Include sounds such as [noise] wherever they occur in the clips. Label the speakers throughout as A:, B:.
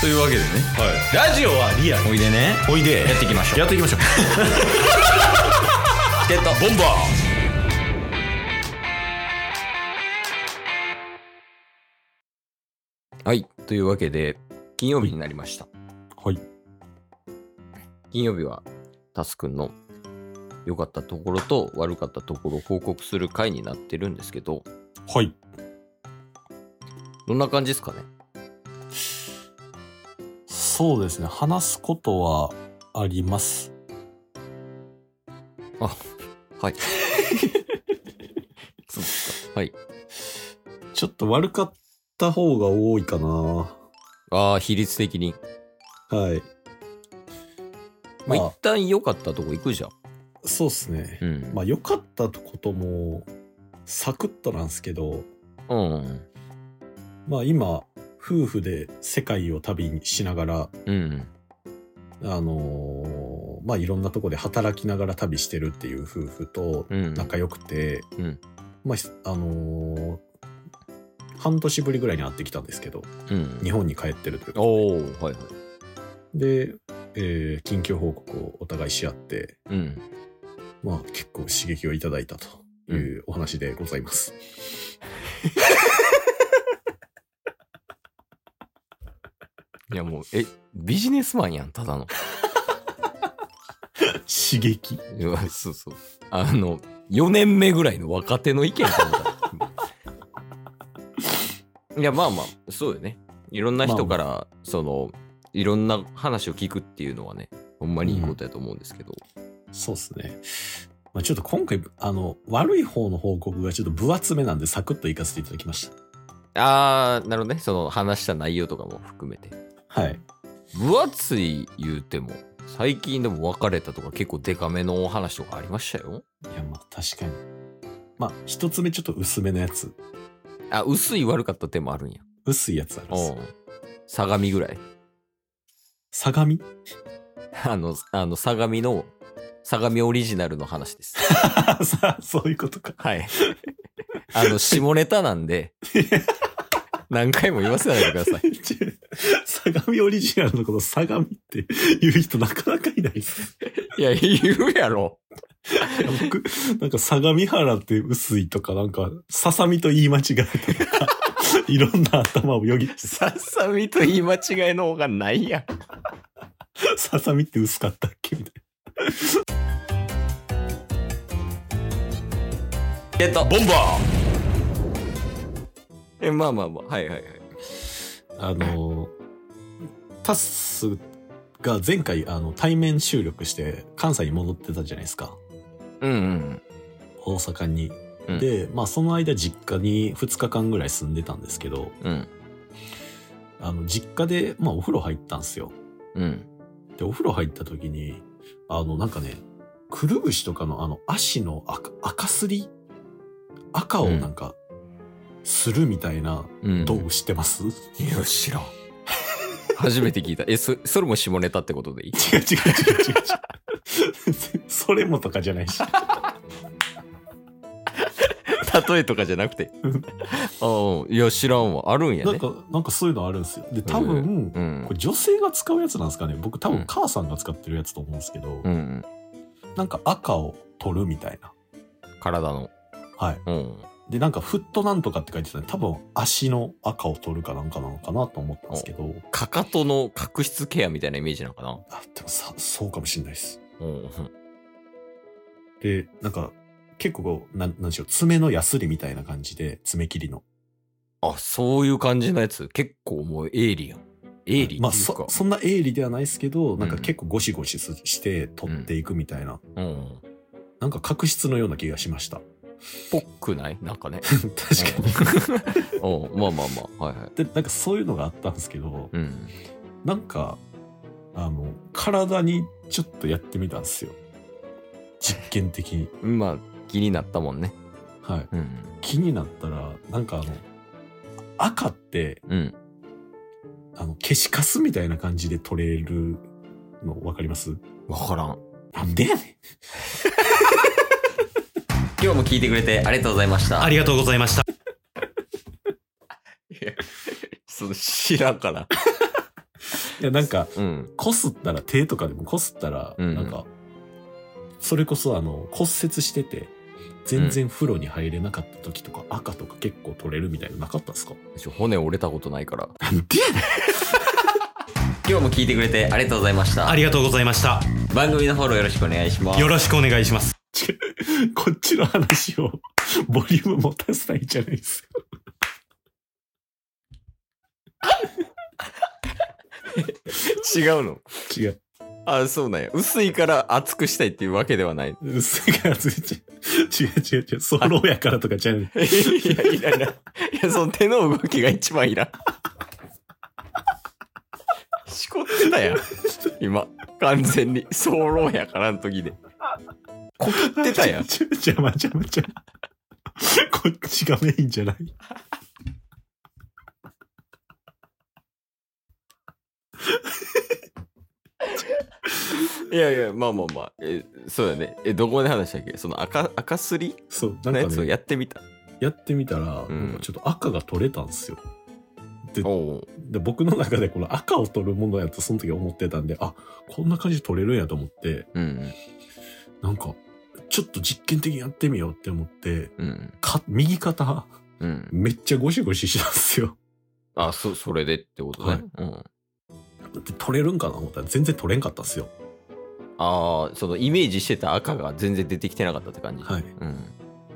A: というわけでね
B: ラジオはリアル
A: おいでね
B: おいで
A: やっていきましょう
B: やっていきましょう
A: チケットボンバーはいというわけで金曜日になりました
B: はい
A: 金曜日はタスくんの良かったところと悪かったところを報告する回になってるんですけど
B: はい
A: どんな感じですかね
B: そうですね話すことはあります
A: はいそうですかはい
B: ちょっと悪かった方が多いかなは
A: ああ比率的に
B: い
A: まあ
B: まあ
A: 一旦良かったとこ行くじゃん
B: そうですね
A: う、ん
B: まあ良かったこともサクッとなんですけど
A: うん
B: まあ今夫婦で世界を旅にしながら
A: うん
B: あのーまあいろんなとこで働きながら旅してるっていう夫婦と
A: うん
B: 仲良くて、
A: うん
B: まあひあのー半年ぶりぐらいに会ってきたんですけど
A: うん
B: 日本に帰ってるということ
A: おおはいはい
B: で、えー緊急報告をお互いし合って、
A: うん
B: まあ、結構刺激をいただいたというお話でございます。
A: いやもうえビジネスマンやんただの
B: [laughs] 刺激
A: いやそうそうあの4年目ぐらいの若手の意見かも [laughs] いやまあまあそうよねいろんな人から、そのいろんな話を聞くっていうのはねほんまにいいことやと思うんですけど、
B: そうですね。まあ、ちょっと今回、あの、悪い方の報告がちょっと分厚めなんで、サクッと行かせていただきまし
A: ああなるほどねその話した内容とかも含めて
B: た。はい。
A: 分厚い言うても最近でも別れたとか結構デカめのお話とかありましたよ
B: いや、まあ、確かに。まあ、一つ目ちょっと薄めのやつ。
A: あ薄い悪かった点もあるんや
B: 薄いやつあるんです
A: う
B: よ。
A: ん相模ぐらい
B: 相模 [laughs]
A: あの、あの、相模の、相模オリジナルの話です。
B: さあ、そういうことか。
A: はい。あの、下ネタなんで、何回も言わせないでください。
B: [laughs] 相模オリジナルのこと相模って言う人なかなかいないです。
A: いや、言うやろ。
B: いや僕、なんか相模原って薄いとか、なんか、ささみと言い間違えたとか、 [laughs] いろんな頭をよぎって、
A: ささみと言い間違いの方がないやん。
B: ささみって薄かったっけみたい
A: えっと、ボンバーえ、まあまあまあ、はいはいはい。
B: な。あのー、タッスが前回、あの、対面収録して、関西に戻ってたじゃないですか。
A: うんうん
B: 大阪に。
A: うん
B: で、まあ、その間実家に2日間ぐらい住んでたんですけど、
A: うん。うん。
B: あの、実家で、まあ、お風呂入ったんですよ。
A: うん。
B: で、お風呂入った時に、あの、なんかね、くるぶしとかのあの足の赤赤すり赤をなんか、するみたいな、
A: うん。
B: 道具知ってます、違
A: いや、知らん。初めて聞いた。え、そ、それも下ネタってことでいいう
B: 違う違 [laughs] う違う違う。それもとかじゃないし。
A: [laughs] 例えとかじゃなくて。 [laughs] ああ、いや、知らんわ。あるんや
B: なん
A: ね。
B: か、なんかそういうのあるんですよ。で、多分、
A: うん
B: こ。れ女性が使うやつなんですかね僕多
A: う
B: 分
A: ん
B: 母さんが使ってるやつと思うんですけど、
A: うんうん。
B: なんか赤を取るみたいな。
A: 体の。
B: はい。
A: うん。
B: で、なんかフットなんとかって書いてたんで、多分足の赤を取るかなんかなのかなと思ったんですけど、
A: かかとの角質ケアみたいなイメージなのかな。
B: あ、でもさ、そうかもしれないです。
A: うん。
B: で、なんか、結構こう、なん、なんでしょう、爪のヤスリみたいな感じで、爪切りの。
A: あ、そういう感じのやつ。結構もうエイリアン。エイリ
B: ま
A: アン
B: あ、
A: っていうか。
B: そ、そんな鋭利ではないですけど、なんか
A: うん
B: 結構ゴシゴシすして、取っていくみたいな、
A: うん。
B: なんか角質のような気がしました。 [laughs]
A: ぽくないなんかね。
B: 確かに。
A: うん。うん [laughs] まあまあまあ。はいはい。
B: で、なんかそういうのがあったんですけど、
A: うん。
B: なんか、あの、体にちょっとやってみたんですよ。実験的に。
A: まあ、気になったもんね。
B: はい。
A: うん。
B: 気になったら、なんかあの、赤って、
A: うん。
B: あの、消しカスみたいな感じで取れるの分かります
A: わからん。
B: なんでやねん
A: 今日も聞いてくれてありがとうございました。
B: ありがとうございま
A: [laughs]
B: した。
A: いや、その知らんから。
B: いや、なんか、
A: うん。
B: こすったら、手とかでもこすったら、
A: うん
B: なんか、それこそあの、骨折してて、全然風呂に入れなかった時とか、赤とか結構取れるみたいなのなかったですか
A: ちょ骨折れたことないから。
B: なんでやねん
A: 今日も聞いてくれてありがとうございました
C: あ。りがとうございました。
A: 番組のフォローよろしくお願いします。
C: よろしくお願いします。
B: [laughs] こっちの話を、ボリューム持たせないじゃないですか。
A: 違うの。
B: 違う。
A: あ、そうなんや。薄いから厚くしたいっていうわけではない。
B: 薄いからついち違う違う違う。ソロやからとかじゃない。
A: いや、いらんいらん。いや、その手の動きが一番いらん。しこってたやん。今、完全に。ソロやからの時で。こきって
B: [laughs]
A: たやん。
B: ちょちょ邪魔邪魔邪魔。こっちがメインじゃない。
A: いやいや、まあまあまあ。えそうだね。え、どこで話したっけその赤、赤すり
B: そう、なん
A: の
B: か、
A: やつを
B: ね、
A: や
B: や
A: ってみた。
B: ってみたら、
A: うん
B: なんかちょっと赤が取れたんですよ。
A: おお
B: で僕の中でこの赤を取るものやとその時思ってたんで、あ、こんな感じで取れるんやと思って、
A: う。うん
B: なんか、ちょっと実験的にやってみようって思って、
A: うん。うん。
B: か、右肩、
A: うん。
B: めっちゃゴシゴシしたんですよ。 [laughs]
A: あ、そ、それでってことね。
B: はい
A: うん。
B: で取れるんかな思ったら全然取れんかったんですよ。
A: ああ、そのイメージしてた赤が全然出てきてなかったって感じ。
B: はい。
A: うん。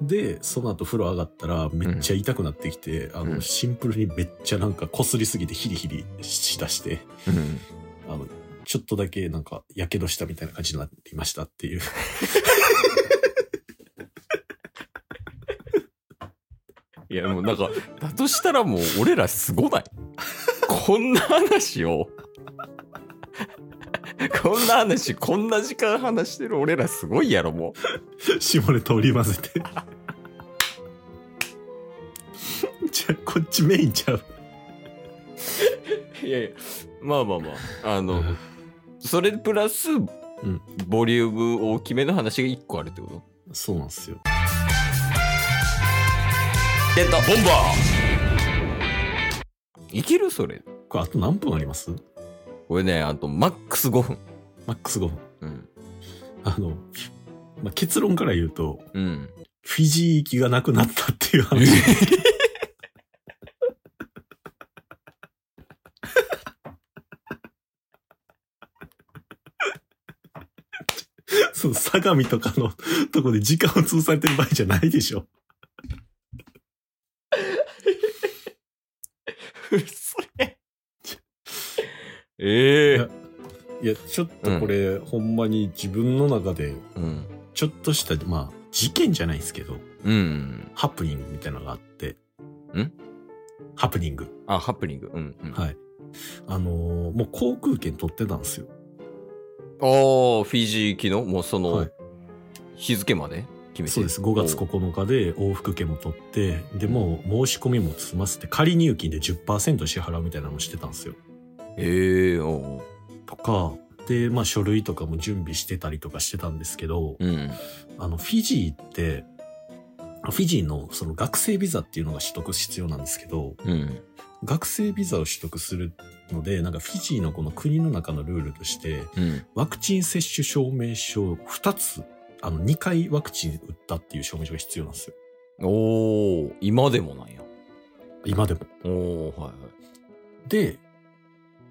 B: で、その後風呂上がったらめっちゃ痛くなってきて、あ
A: う
B: の、
A: ん
B: シンプルにめっちゃなんか擦りすぎてヒリヒリしだして、
A: うん。
B: あの、ちょっとだけなんか、やけどしたみたいな感じになりましたっていう。
A: いやもうなんか、だとしたらもう俺らすごない。こんな話を。こんな話、こんな時間話してる俺らすごいやろ、も
B: [laughs] 絞れと織り混ぜて。 [laughs] じゃあ、こっちメインちゃう。
A: う。いやいや、まあまあまあ。あの、それプラス、
B: ん
A: ボリューム大きめの話が1個あるってこと
B: そうなんですよ。
A: ゲットボンバーいけるそれ。
B: これ、あと何分あります
A: これね、あとマックス5分。
B: マックス5分。
A: うん。
B: あの、まあ、結論から言うと、
A: うん。
B: フィジー行きがなくなったっていう話。 [laughs] そう、相模とかの [laughs] とこで時間を潰されてる場合じゃないでしょ。
A: それ。 [laughs] ええ
B: いや、ちょっとこれ、ほんまに自分の中で、
A: うん。
B: ちょっとした、まあ、事件じゃないですけど、
A: うん。
B: ハプニングみたいなのがあって。
A: ん
B: ハプニング。
A: あ、ハプニング。うん、うん。
B: はい。あのーもう航空券取ってたんですよ。
A: ああ、フィジー機の、もうその、
B: はい
A: 日付まで決めて。
B: そうです。5月9日で往復券も取って、でもう申し込みも済ませて、仮入金で10%支払うみたいなのもしてたんですよ。
A: ええおう
B: とか、で、まあ書類とかも準備してたりとかしてたんですけど、
A: うん。
B: あの、フィジーって、フィジーのその学生ビザっていうのが取得必要なんですけど、
A: うん。
B: 学生ビザを取得するので、なんかフィジーのこの国の中のルールとして、
A: うん。
B: ワクチン接種証明書2つ、あの、2回ワクチン打ったっていう証明書が必要なんですよ。
A: おお今でもなんや。
B: 今でも。
A: おおはいはい。
B: で、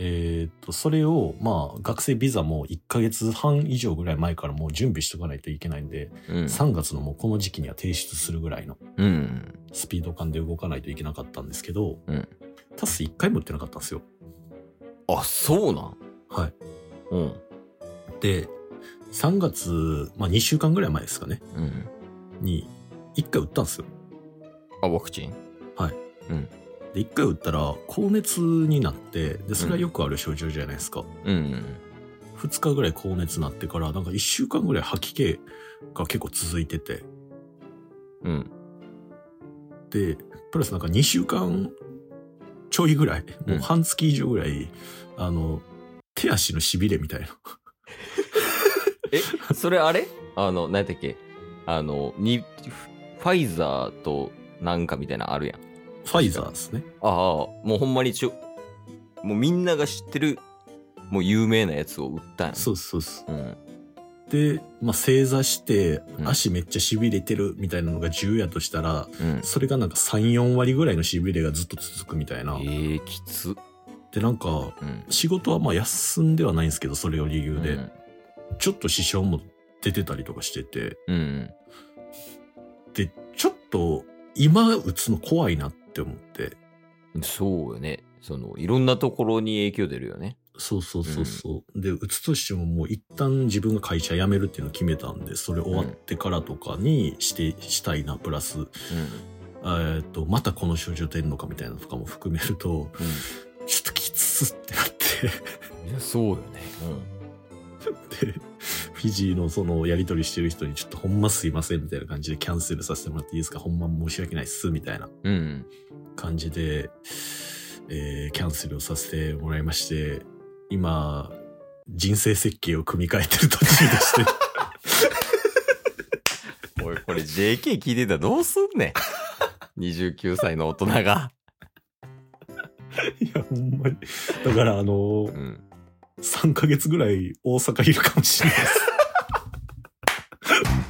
B: えーっと、それを、まあ、学生ビザも1ヶ月半以上ぐらい前からもう準備しとかないといけないんで、
A: うん。
B: 3月のもうこの時期には提出するぐらいの
A: うん。
B: スピード感で動かないといけなかったんですけど、
A: うん
B: タス1回も打ってなかったんですよ。
A: あ、そうなん
B: はい。
A: うん。
B: で、3月、まあ2週間ぐらい前ですかね、
A: うん。
B: に1回打ったんですよ。
A: あ、ワクチン
B: で、1回打ったら高熱になって、で、それはよくある症状じゃないですか。
A: うん。
B: 2日ぐらい高熱なってから、なんか1週間ぐらい吐き気が結構続いてて、
A: うん。
B: で、プラスなんか2週間ちょいぐらい、もう半月以上ぐらい、あの、手足のしびれ
A: [laughs]
B: みたいな。
A: え、それあれあの、何やったっけあの、に、ファイザーとなんかみたいなのあるやん。
B: ファイザーですね。
A: ああ、もうほんまにちょ、もうみんなが知ってるもう有名なやつを売ったんや
B: そうですそうです。
A: うん
B: で、まあ、正座して
A: うん
B: 足めっちゃ痺れてるみたいなのが10やとしたら、
A: うん
B: それがなんか3、4割ぐらいの痺れがずっと続くみたいな。
A: えー、きつ
B: で、なんか、
A: うん
B: 仕事はまあ休んではないんですけど、それを理由で、
A: うん
B: ちょっと支障も出てたりとかしてて、
A: うん
B: で、ちょっと今打つの怖いなって思って、
A: うんそうよねそのいろんなところに影響出るよね
B: そうそうそうそう。で、打つとしてももう一旦自分が会社辞めるっていうのを決めたんで、それ終わってからとかにして、したいな、プラス、えーっと、またこの症状出るのかみたいなのとかも含めると、
A: うん、
B: ちょっときつってなっ
A: うん、いやそうよね
B: て、で、フィジーのそのやり取りしてる人にちょっとほんますいませんみたいな感じでキャンセルさせてもらっていいですかほんま申し訳ないっすみたいな
A: うんうん
B: 感じで、えーキャンセルをさせてもらいまして、今、人生設計を組み替えてる途中でして、
A: おいこれ JK 聞いてたらどうすん [laughs] ねん29歳の大人が
B: [laughs] いや、ほんまに。だから、あの
A: う、ん
B: 3ヶ月ぐらい大阪いるかもしれないです。